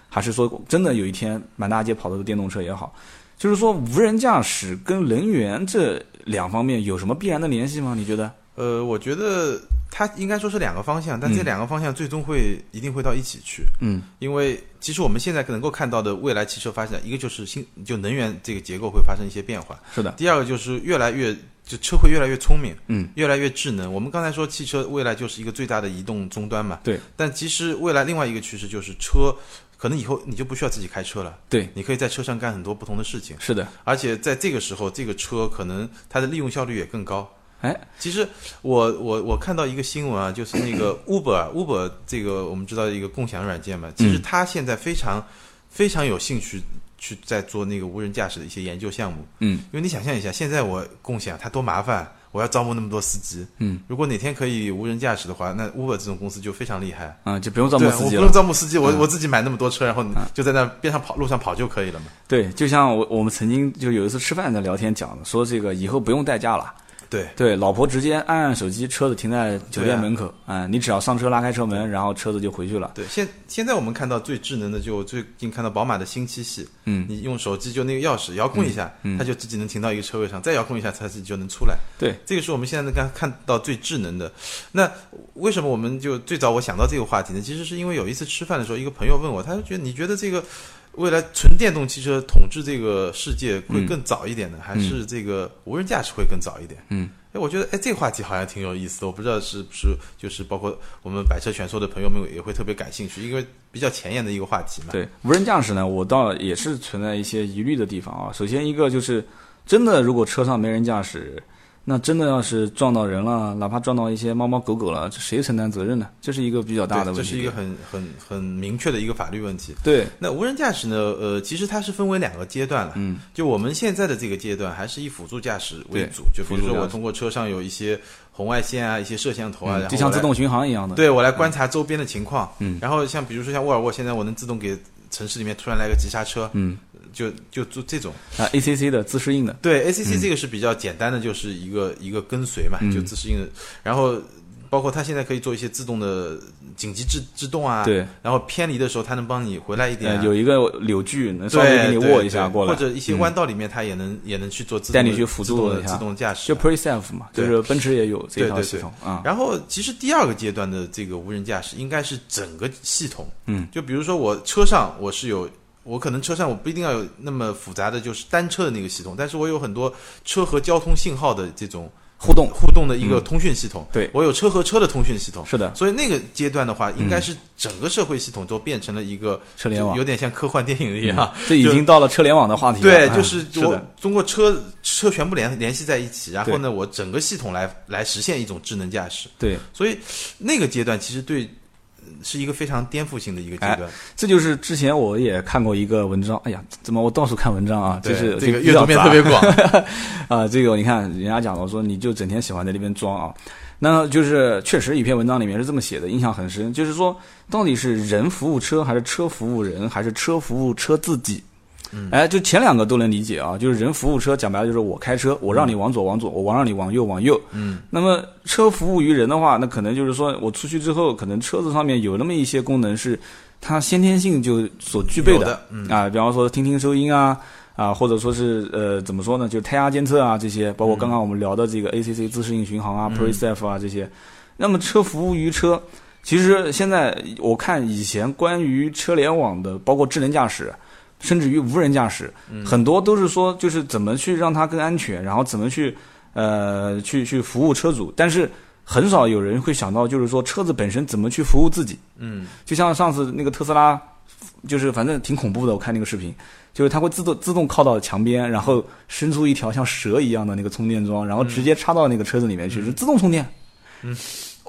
Speaker 2: 还是说真的有一天满大街跑的都电动车也好，就是说无人驾驶跟能源这两方面有什么必然的联系吗？你觉得？
Speaker 3: 呃，我觉得它应该说是两个方向，但这
Speaker 2: 嗯
Speaker 3: 两个方向最终会一定会到一起去。
Speaker 2: 嗯
Speaker 3: 因为其实我们现在能够看到的未来汽车发展，一个就是新就能源这个结构会发生一些变化，
Speaker 2: 是的，
Speaker 3: 第二个就是越来越就车会越来越聪明，
Speaker 2: 嗯，
Speaker 3: 越来越智能。我们刚才说汽车未来就是一个最大的移动终端嘛，
Speaker 2: 对。
Speaker 3: 但其实未来另外一个趋势就是车，可能以后你就不需要自己开车了，
Speaker 2: 对，
Speaker 3: 你可以在车上干很多不同的事情，
Speaker 2: 是的，
Speaker 3: 而且在这个时候，这个车可能它的利用效率也更高。
Speaker 2: 哎，
Speaker 3: 其实我我我看到一个新闻啊，就是
Speaker 2: (laughs)
Speaker 3: 那个 Uber Uber 这个我们知道一个共享软件嘛，其实它现在非
Speaker 2: 嗯
Speaker 3: 常非常有兴趣去在做那个无人驾驶的一些研究项目，
Speaker 2: 嗯
Speaker 3: 因为你想象一下，现在我共享它多麻烦，我要招募那么多司机，
Speaker 2: 嗯，
Speaker 3: 如果哪天可以无人驾驶的话，那 Uber 这种公司就非常厉害。
Speaker 2: 啊，就不用招
Speaker 3: 对
Speaker 2: 募
Speaker 3: 啊，
Speaker 2: 司
Speaker 3: 我
Speaker 2: 机
Speaker 3: 不
Speaker 2: 了嗯
Speaker 3: 用。招募司机，我我自己买那么多车，然后就在那边上跑路上跑就可以了嘛。
Speaker 2: 对，就像我我们曾经就有一次吃饭在聊天讲的，说这个以后不用代驾了，
Speaker 3: 对，
Speaker 2: 对，老婆直接按按手机，车子停在酒店门口，啊、你只要上车拉开车门，然后车子就回去了。
Speaker 3: 对，现现在我们看到最智能的，就我最近看到宝马的新七系，
Speaker 2: 嗯
Speaker 3: 你用手机就那个钥匙遥控一下，它就自己能停到一个车位上，再遥控一下，它自己就能出来。
Speaker 2: 对，
Speaker 3: 这个是我们现在能看看到最智能的。那为什么我们就最早我想到这个话题呢？其实是因为有一次吃饭的时候，一个朋友问我，他就觉得你觉得这个未来纯电动汽车统治这个世界会更早一点呢，还是这个无人驾驶会更早一点？
Speaker 2: 嗯。
Speaker 3: 哎，我觉得哎，这个话题好像挺有意思的，我不知道是不是就是包括我们百车全说的朋友们也会特别感兴趣，因为比较前沿的一个话题嘛。
Speaker 2: 对，无人驾驶呢，我倒也是存在一些疑虑的地方啊。首先一个就是，真的如果车上没人驾驶，那真的要是撞到人了，哪怕撞到一些猫猫狗狗了，这谁承担责任呢？这是一个比较大的
Speaker 3: 对
Speaker 2: 问
Speaker 3: 这
Speaker 2: 题。
Speaker 3: 是一个很很很明确的一个法律问题。
Speaker 2: 对，
Speaker 3: 那无人驾驶呢？呃，其实它是分为两个阶段了。
Speaker 2: 嗯，
Speaker 3: 就我们现在的这个阶段，还是以辅助驾驶为主，就
Speaker 2: 对辅
Speaker 3: 比
Speaker 2: 助
Speaker 3: 如说
Speaker 2: 驾
Speaker 3: 我
Speaker 2: 驶嗯
Speaker 3: 通过车上有一些红外线啊、一些摄像头啊，然后
Speaker 2: 就像
Speaker 3: 我来
Speaker 2: 自动巡航一样的。
Speaker 3: 对我来观察周边的情况。
Speaker 2: 嗯
Speaker 3: 然后像比如说像沃尔沃，现在我能自动给城市里面突然来个急刹车，
Speaker 2: 嗯，
Speaker 3: 就就做这种。
Speaker 2: 啊，ACC 的自适应的，
Speaker 3: 对，ACC 这个是比较简单的，就是一个、一个跟随嘛，
Speaker 2: 嗯
Speaker 3: 就自适应的。然后包括它现在可以做一些自动的紧急制制动啊，
Speaker 2: 对。
Speaker 3: 然后偏离的时候它能帮你回来一点啊、
Speaker 2: 呃，有一个柳锯能稍
Speaker 3: 对
Speaker 2: 微给你
Speaker 3: 对
Speaker 2: 握一下
Speaker 3: 对
Speaker 2: 过来，嗯
Speaker 3: 或者一些弯道里面它也能、也能去做自动
Speaker 2: 带你
Speaker 3: 的
Speaker 2: 去辅
Speaker 3: 自
Speaker 2: 助
Speaker 3: 动
Speaker 2: 一
Speaker 3: 的
Speaker 2: 下
Speaker 3: 自动驾驶
Speaker 2: 就
Speaker 3: 啊。
Speaker 2: PreSafe 嘛，就
Speaker 3: 对
Speaker 2: 是奔驰也有这
Speaker 3: 对
Speaker 2: 套
Speaker 3: 对
Speaker 2: 系
Speaker 3: 对
Speaker 2: 统啊。
Speaker 3: 然后，其实第二个阶段的这个无人驾驶应该是整个系统，
Speaker 2: 嗯，
Speaker 3: 就比如说我车上我是有，我可能车上我不一定要有那么复杂的，就是单车的那个系统，但是我有很多车和交通信号的这种
Speaker 2: 互 (laughs) 动
Speaker 3: (laughs) 互动的一个通讯系统，
Speaker 2: 嗯对
Speaker 3: 我有车和车的通讯系统，
Speaker 2: 是的，嗯
Speaker 3: 所以那个阶段的话，应该是整个社会系统都变成了一个
Speaker 2: 车联网嗯
Speaker 3: 就有点像科幻电影一样，
Speaker 2: 啊这已
Speaker 3: (laughs) 就
Speaker 2: 经到了车联网的话题了。
Speaker 3: 对，
Speaker 2: 啊
Speaker 3: 就是
Speaker 2: 是
Speaker 3: 我
Speaker 2: 的，
Speaker 3: 通过车车全部联联系在一起，然后
Speaker 2: 对
Speaker 3: 呢，我整个系统来来实现一种智能驾驶。
Speaker 2: 对，
Speaker 3: 所以那个阶段其实对呃是一个非常颠覆性的一
Speaker 2: 哎
Speaker 3: 个阶段。
Speaker 2: 这就是之前我也看过一个文章，哎呀，怎么我到处看文章啊？就
Speaker 3: 对
Speaker 2: 是
Speaker 3: 这个
Speaker 2: 比
Speaker 3: 阅
Speaker 2: 较
Speaker 3: 读面
Speaker 2: 杂
Speaker 3: 特别广，
Speaker 2: (laughs) 啊，这个你看人家讲了说，你就整天喜欢在那边装啊。那就是确实一篇文章里面是这么写的，印象很深，就是说到底是人服务车，还是车服务人，还是车服务车自己？哎，就前两个都能理解啊，就是人服务车，讲白了就是我开车，我让你往左往左，我让你往右往右。嗯，那么车服务于人的话，那可能就是说我出去之后，可能车子上面有那么一些功能是它先天性就所具备
Speaker 3: 有
Speaker 2: 的，
Speaker 3: 的嗯
Speaker 2: 啊，比方说听听收音啊。啊，或者说是呃，怎么说呢？就是胎压监测啊，这些，包括刚刚我们聊的这个 ACC 自适应巡航啊、PreSafe 啊这些。那么车服务于车，其实现在我看以前关于车联网的，包括智能驾驶，甚至于无人驾驶，很多都是说就是怎么去让它更安全，然后怎么去呃去去服务车主，但是很少有人会想到就是说车子本身怎么去服务自己。 (laughs)
Speaker 3: 嗯
Speaker 2: 就像上次那个特斯拉，就是反正挺恐怖的，我看那个视频，就是它会自动自动靠到墙边，然后伸出一条像蛇一样的那个充电桩，然后直接插到那个车子里面去，是自动充电。嗯，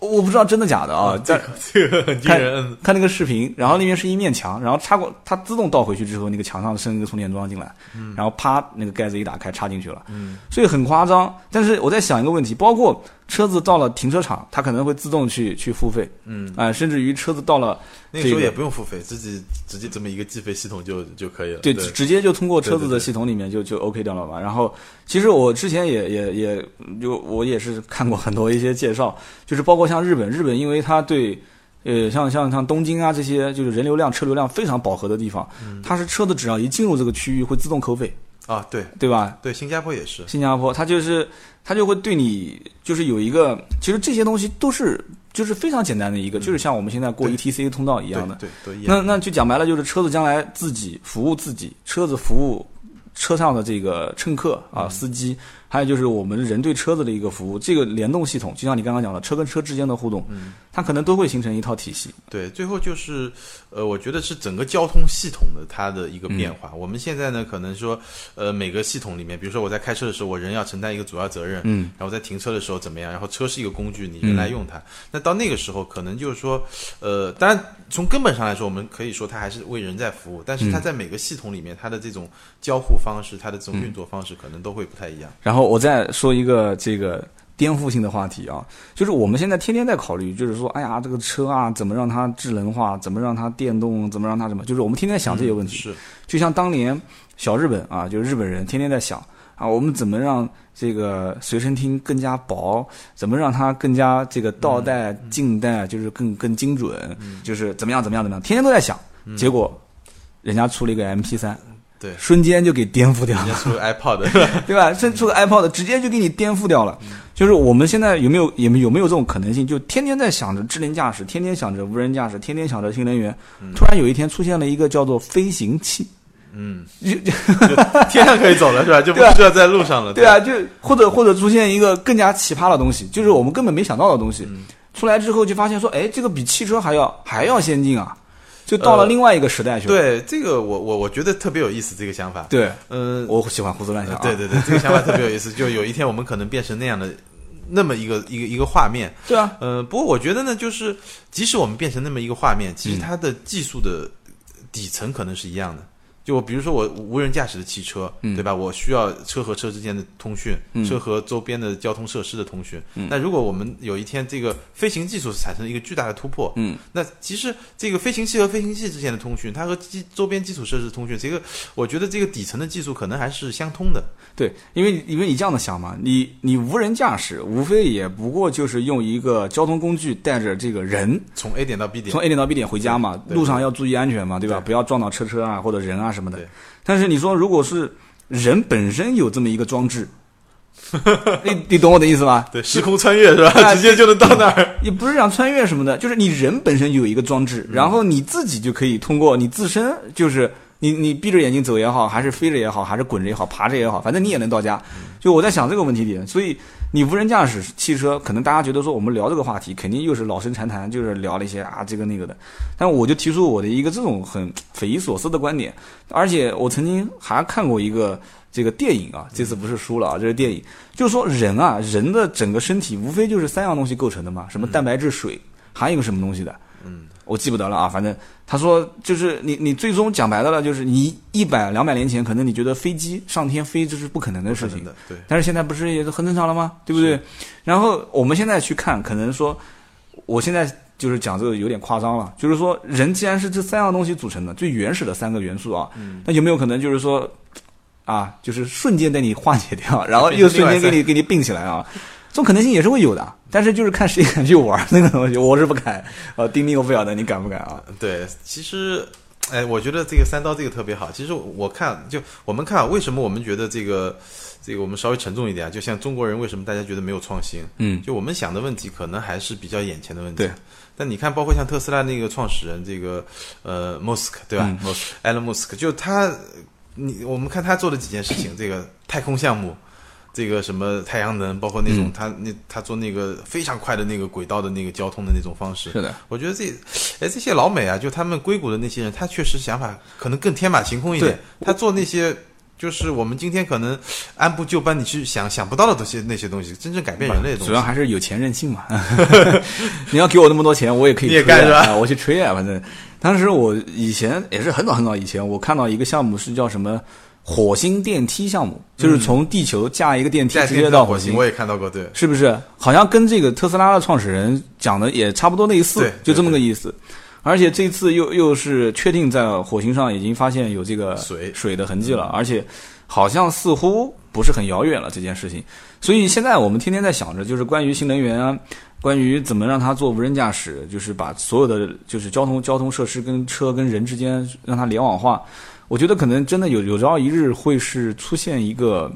Speaker 2: 我不知道真的假的啊，但
Speaker 3: 这个很惊
Speaker 2: 看
Speaker 3: 人。
Speaker 2: 看那个视频，然后那边是一面墙，然后插过它自动倒回去之后，那个墙上伸一个充电桩进来，然后啪那个盖子一打开插进去了，
Speaker 3: 嗯
Speaker 2: 所以很夸张。但是我在想一个问题，包括车子到了停车场，它可能会自动去去付费
Speaker 3: 嗯，
Speaker 2: 啊、甚至于车子到了
Speaker 3: 那个时
Speaker 2: 这
Speaker 3: 候
Speaker 2: 个
Speaker 3: 也不用付费，自己直接这么一个计费系统就就可以了。
Speaker 2: 对，
Speaker 3: 对，
Speaker 2: 直直接就通过车
Speaker 3: 对
Speaker 2: 子
Speaker 3: 对对
Speaker 2: 的系统里面就就 OK 掉了嘛。然后，其实我之前也也也就我也是看过很多一些介绍，就是包括像日本，日本因为它对呃像像像东京啊这些就是人流量车流量非常饱和的地方，
Speaker 3: 嗯
Speaker 2: 它是车子只要一进入这个区域会自动扣费，
Speaker 3: 啊，对
Speaker 2: 对吧？
Speaker 3: 对，新加坡也是。
Speaker 2: 新加坡，它就是它就会对你就是有一个，其实这些东西都是就是非常简单的一个，就是像我们现在过
Speaker 3: 嗯对
Speaker 2: ETC 通道一
Speaker 3: 一
Speaker 2: 样的，
Speaker 3: 对，都一
Speaker 2: 那
Speaker 3: 样。
Speaker 2: 那就讲白了，就是车子将来自己服务自己，车子服务车上的这个乘客
Speaker 3: 嗯
Speaker 2: 啊、司机，还有就是我们人对车子的一个服务，这个联动系统，就像你刚刚讲的，车跟车之间的互动，
Speaker 3: 嗯
Speaker 2: 它可能都会形成一套体系。
Speaker 3: 对，最后就是，呃，我觉得是整个交通系统的它的一个
Speaker 2: 嗯
Speaker 3: 变化。我们现在呢，可能说，呃，每个系统里面，比如说我在开车的时候，我人要承担一个主要责任，
Speaker 2: 嗯，
Speaker 3: 然后在停车的时候怎么样？然后车是一个工具，你人来用它。那到那个时候，可能就是说，呃，当然从根本上来说，我们可以说它还是为人在服务，但
Speaker 2: 嗯
Speaker 3: 是它在每个系统里面，它的这种交互方式，它的这种
Speaker 2: 嗯
Speaker 3: 运作方式，可能都会不太一样。
Speaker 2: 然后我再说一个这个颠覆性的话题啊，就是我们现在天天在考虑，就是说，哎呀，这个车啊，怎么让它智能化，怎么让它电动，怎么让它什么，就是我们天天在想啊这些问题。
Speaker 3: 嗯是，
Speaker 2: 就像当年小日本啊，就是日本人天天在想啊，我们怎么让这个随身听更加薄，怎么让它更加这个倒带、近带，就是更更精准，就是怎么样怎么样怎么样，天天都在想，结果人家出了一个 MP 三，
Speaker 3: 对
Speaker 2: 瞬间就给颠覆掉了
Speaker 3: 人。家出
Speaker 2: (laughs)
Speaker 3: 了 iPod，
Speaker 2: 对吧？这出个 iPod 直接就给你颠覆掉了。就是我们现在有没有有没有有没有这种可能性？就天天在想着智能驾驶，天天想着无人驾驶，天天想着新能源，突然有一天出现了一个叫做飞行器，
Speaker 3: 嗯，
Speaker 2: 就就
Speaker 3: 天上可以走了是吧？就不需要在路上了。
Speaker 2: 对啊，就或者或者出现一个更加奇葩的东西，就是我们根本没想到的东西，
Speaker 3: 嗯
Speaker 2: 出来之后就发现说，哎，这个比汽车还要还要先进啊，就到了
Speaker 3: 呃
Speaker 2: 另外一个时代去了。
Speaker 3: 对，这个我我我觉得特别有意思，这个想法。，
Speaker 2: 对，
Speaker 3: 嗯、
Speaker 2: 我喜欢胡思乱想、啊。
Speaker 3: 对对对，这个想法特别有意思。就有一天我们可能变成那样的，那么一个一个一个画面。
Speaker 2: 对啊，
Speaker 3: 呃，不过我觉得呢，就是即使我们变成那么一个画
Speaker 2: 嗯
Speaker 3: 面，其实它的技术的底层可能是一样的。就我比如说我无人驾驶的汽车，
Speaker 2: 嗯
Speaker 3: 对吧？我需要车和车之间的通讯，
Speaker 2: 嗯
Speaker 3: 车和周边的交通设施的通讯。
Speaker 2: 嗯
Speaker 3: 那如果我们有一天这个飞行技术产生了一个巨大的突破，
Speaker 2: 嗯，
Speaker 3: 那其实这个飞行器和飞行器之间的通讯，它和基周边基础设施的通讯，这个我觉得这个底层的技术可能还是相通的。
Speaker 2: 对，因为因为你这样的想嘛，你你无人驾驶，无非也不过就是用一个交通工具带着这个人
Speaker 3: 从 A 点到 B 点
Speaker 2: 从，A 点到 B 点回家嘛，
Speaker 3: 对对
Speaker 2: 路上要注意安全嘛，对吧？
Speaker 3: 对
Speaker 2: 不要撞到车车啊或者人啊什么的
Speaker 3: 对。
Speaker 2: 但是你说如果是人本身有这么一个装
Speaker 3: (laughs)
Speaker 2: 置，你你懂我的意思吧？
Speaker 3: 对，时空穿越是吧？
Speaker 2: 啊
Speaker 3: 直接就能到那儿。
Speaker 2: 也不是讲穿越什么的，就是你人本身有一个装置，
Speaker 3: 嗯
Speaker 2: 然后你自己就可以通过你自身，就是你你闭着眼睛走也好，还是飞着也好，还是滚着也好，爬着也好，反正你也能到家。就我在想这个问题点，所以你无人驾驶汽车，可能大家觉得说我们聊这个话题，肯定又是老生常谈，就是聊了一些啊这个那个的。但我就提出我的一个这种很匪夷所思的观点，而且我曾经还看过一个这个电影啊，这次不是书了啊，这是电影，就是说人啊，人的整个身体无非就是三样东西构成的嘛，什么蛋白质、水，还有一个什么东西的，
Speaker 3: 嗯，
Speaker 2: 我记不得了啊，反正他说就是你你最终讲白了了，就是你一百两百年前可能你觉得飞机上天飞这是不可能的事
Speaker 3: 是
Speaker 2: 情，
Speaker 3: 的，对。
Speaker 2: 但是现在不是也是很正常了吗？对不对？然后我们现在去看，可能说，我现在就是讲这个有点夸张了，就是说人既然是这三样东西组成的，最原始的三个元素啊，那有没有可能就是说，啊，就是瞬间带你化解 (laughs) 掉，然后又瞬间给你给你并起来啊？这种可能性也是会有的，但是就是看谁敢去玩那个东西，我是不敢。呃，丁丁我不晓得你敢不敢啊？
Speaker 3: 对，其实哎，我觉得这个三刀这个特别好。其实我看，就我们看，为什么我们觉得这个，这个我们稍微沉重一点啊？就像中国人为什么大家觉得没有创新？
Speaker 2: 嗯
Speaker 3: 就我们想的问题，可能还是比较眼前的问题。
Speaker 2: 对。
Speaker 3: 但你看，包括像特斯拉那个创始人这个呃 Musk 对吧、
Speaker 2: 嗯
Speaker 3: e l o n Musk 就他，你我们看他做的几件事情，这个太空项目。这个什么太阳能，包括那
Speaker 2: 嗯
Speaker 3: 种他那他做那个非常快的那个轨道的那个交通的那种方式，
Speaker 2: 是的，
Speaker 3: 我觉得这，哎，这些老美啊，就他们硅谷的那些人，他确实想法可能更天马行空一点
Speaker 2: 对。
Speaker 3: 他做那些，就是我们今天可能按部就班，你去想想不到的东西，那些东西，真正改变人类的东
Speaker 2: 主要
Speaker 3: 西。
Speaker 2: 还是有钱任性嘛。 (laughs) 你要给我那么多钱，我也可以
Speaker 3: 你也
Speaker 2: 吹啊
Speaker 3: 干是吧
Speaker 2: (laughs) 啊我去吹啊，反正当时我以前也是很早很早以前，我看到一个项目是叫什么火星电梯项目，就是从地球架一个电梯
Speaker 3: 再
Speaker 2: 直
Speaker 3: 天
Speaker 2: 接
Speaker 3: 上
Speaker 2: 到
Speaker 3: 火
Speaker 2: 星
Speaker 3: 我。也看到过，对，
Speaker 2: 是不是？好像跟这个特斯拉的创始人讲的也差不多类似
Speaker 3: 对，
Speaker 2: 就这么个意思。而且这次又又是确定在火星上已经发现有这个
Speaker 3: 水嗯
Speaker 2: 水的痕迹了，而且好像似乎不是很遥远了这件事情。所以现在我们天天在想着，就是关于新能源啊，关于怎么让它做无人驾驶，就是把所有的就是交通交通设施跟车跟人之间让它联网化。我觉得可能真的有有朝一日会是出现一个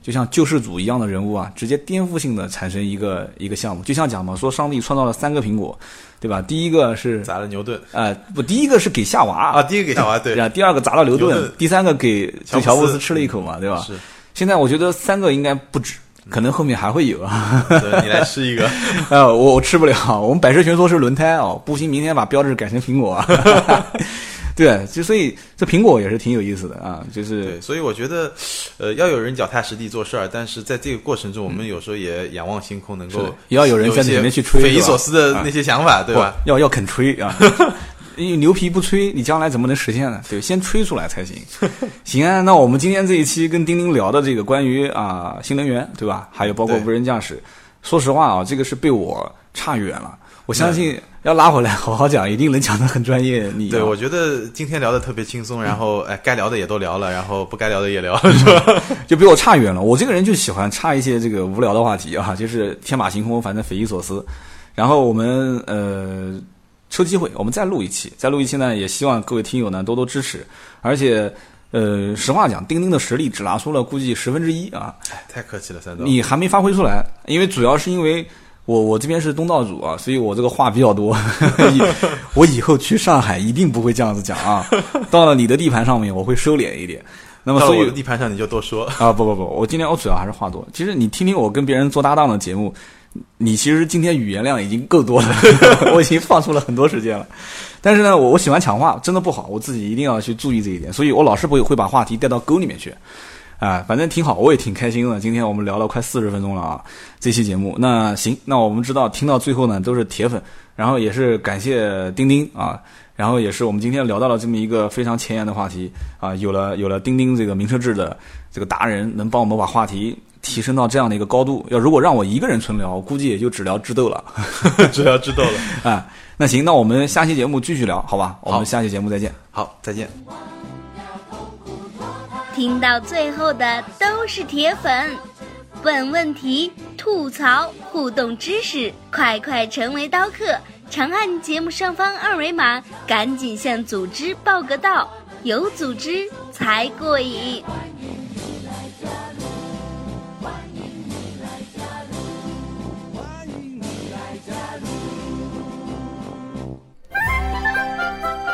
Speaker 2: 就像救世主一样的人物啊，直接颠覆性的产生一个一个项目，就像讲嘛，说上帝创造了三个苹果，对吧？第一个是
Speaker 3: 砸了牛顿
Speaker 2: 呃不，第一个是给夏娃
Speaker 3: 啊，，第一个给小娃对，
Speaker 2: 然后第二个砸到牛
Speaker 3: 牛
Speaker 2: 顿
Speaker 3: 顿，
Speaker 2: 第三个给对
Speaker 3: 乔布斯
Speaker 2: 乔布斯吃了一口嘛，对吧？
Speaker 3: 是，
Speaker 2: 现在我觉得三个应该不止，可能后面还会有啊。 (laughs)
Speaker 3: 对你来吃一个，
Speaker 2: 呃，我我吃不了，我们百事全说是轮胎哦，不行，明天把标志改成苹果。啊 (laughs) 对，就所以这苹果也是挺有意思的啊，就是
Speaker 3: 对，所以我觉得，呃，要有人脚踏实地做事儿，但是在这个过程中，我们有时候也仰望星空，能
Speaker 2: 嗯是
Speaker 3: 够
Speaker 2: 的也要有人
Speaker 3: 有一
Speaker 2: 在里
Speaker 3: 些
Speaker 2: 面去吹
Speaker 3: 匪夷
Speaker 2: 是吧啊
Speaker 3: 所思的那些想法，对吧？
Speaker 2: 要要肯吹
Speaker 3: (laughs)
Speaker 2: 啊，因为牛皮不吹，你将来怎么能实现呢？对，先吹出来才行。 (laughs) 行啊，那我们今天这一期跟丁丁聊的这个关于啊、新能源，对吧？还有包括
Speaker 3: 对
Speaker 2: 无人驾驶，说实话啊，这个是被我差远了。我相信要拉回来好好讲，一定能讲得很专业。你啊嗯
Speaker 3: 对，我觉得今天聊的特别轻松，然后哎，该聊的也都聊了，然后不该聊的也聊了， (laughs) 是吧？
Speaker 2: 就比我差远了。我这个人就喜欢插一些这个无聊的话题啊， (laughs) 就是天马行空，反正匪夷所思。然后我们呃抽机会，我们再录一期，再录一期呢，也希望各位听友呢多多支持。而且呃，实话讲，钉钉的实力只拿出了估计十分之一啊，
Speaker 3: 哎太客气了，三刀。
Speaker 2: 你还没发挥出来，因为主要是因为我我这边是东道主啊，所以我这个话比较多。 (laughs) 以我以后去上海一定不会这样子讲啊，到了你的地盘上面，我会收敛一点。那么
Speaker 3: 到
Speaker 2: 所
Speaker 3: 了我
Speaker 2: 以
Speaker 3: 的地盘上你就多说。 (laughs)
Speaker 2: 啊，不不不，我今天我主要还是话多。其实你听听我跟别人做搭档的节目，你其实今天语言量已经够多了， (laughs) 我已经放出了很多时间了。但是呢，我我喜欢抢话，真的不好，我自己一定要去注意这一点，所以我老是不会会把话题带到沟里面去。啊，反正挺好，我也挺开心的。今天我们聊了快四十分钟了啊，这期节目。那行，那我们知道听到最后呢都是铁粉，然后也是感谢丁丁啊，然后也是我们今天聊到了这么一个非常前沿的话题啊，有了有了丁丁这个名车志的这个达人，能帮我们把话题提升到这样的一个高度。要如果让我一个人纯聊，我估计也就只聊智斗了
Speaker 3: 只要知道了。
Speaker 2: 啊。那行，那我们下期节目继续聊，好吧？我们下期节目再见。
Speaker 3: 好，再见。
Speaker 1: 听到最后的都是铁粉，问问题、吐槽、互动知识，快快成为刀客！长按节目上方二维码，赶紧向组织报个到，有组织才过瘾。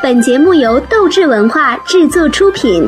Speaker 4: 本节目由斗志文化制作出品，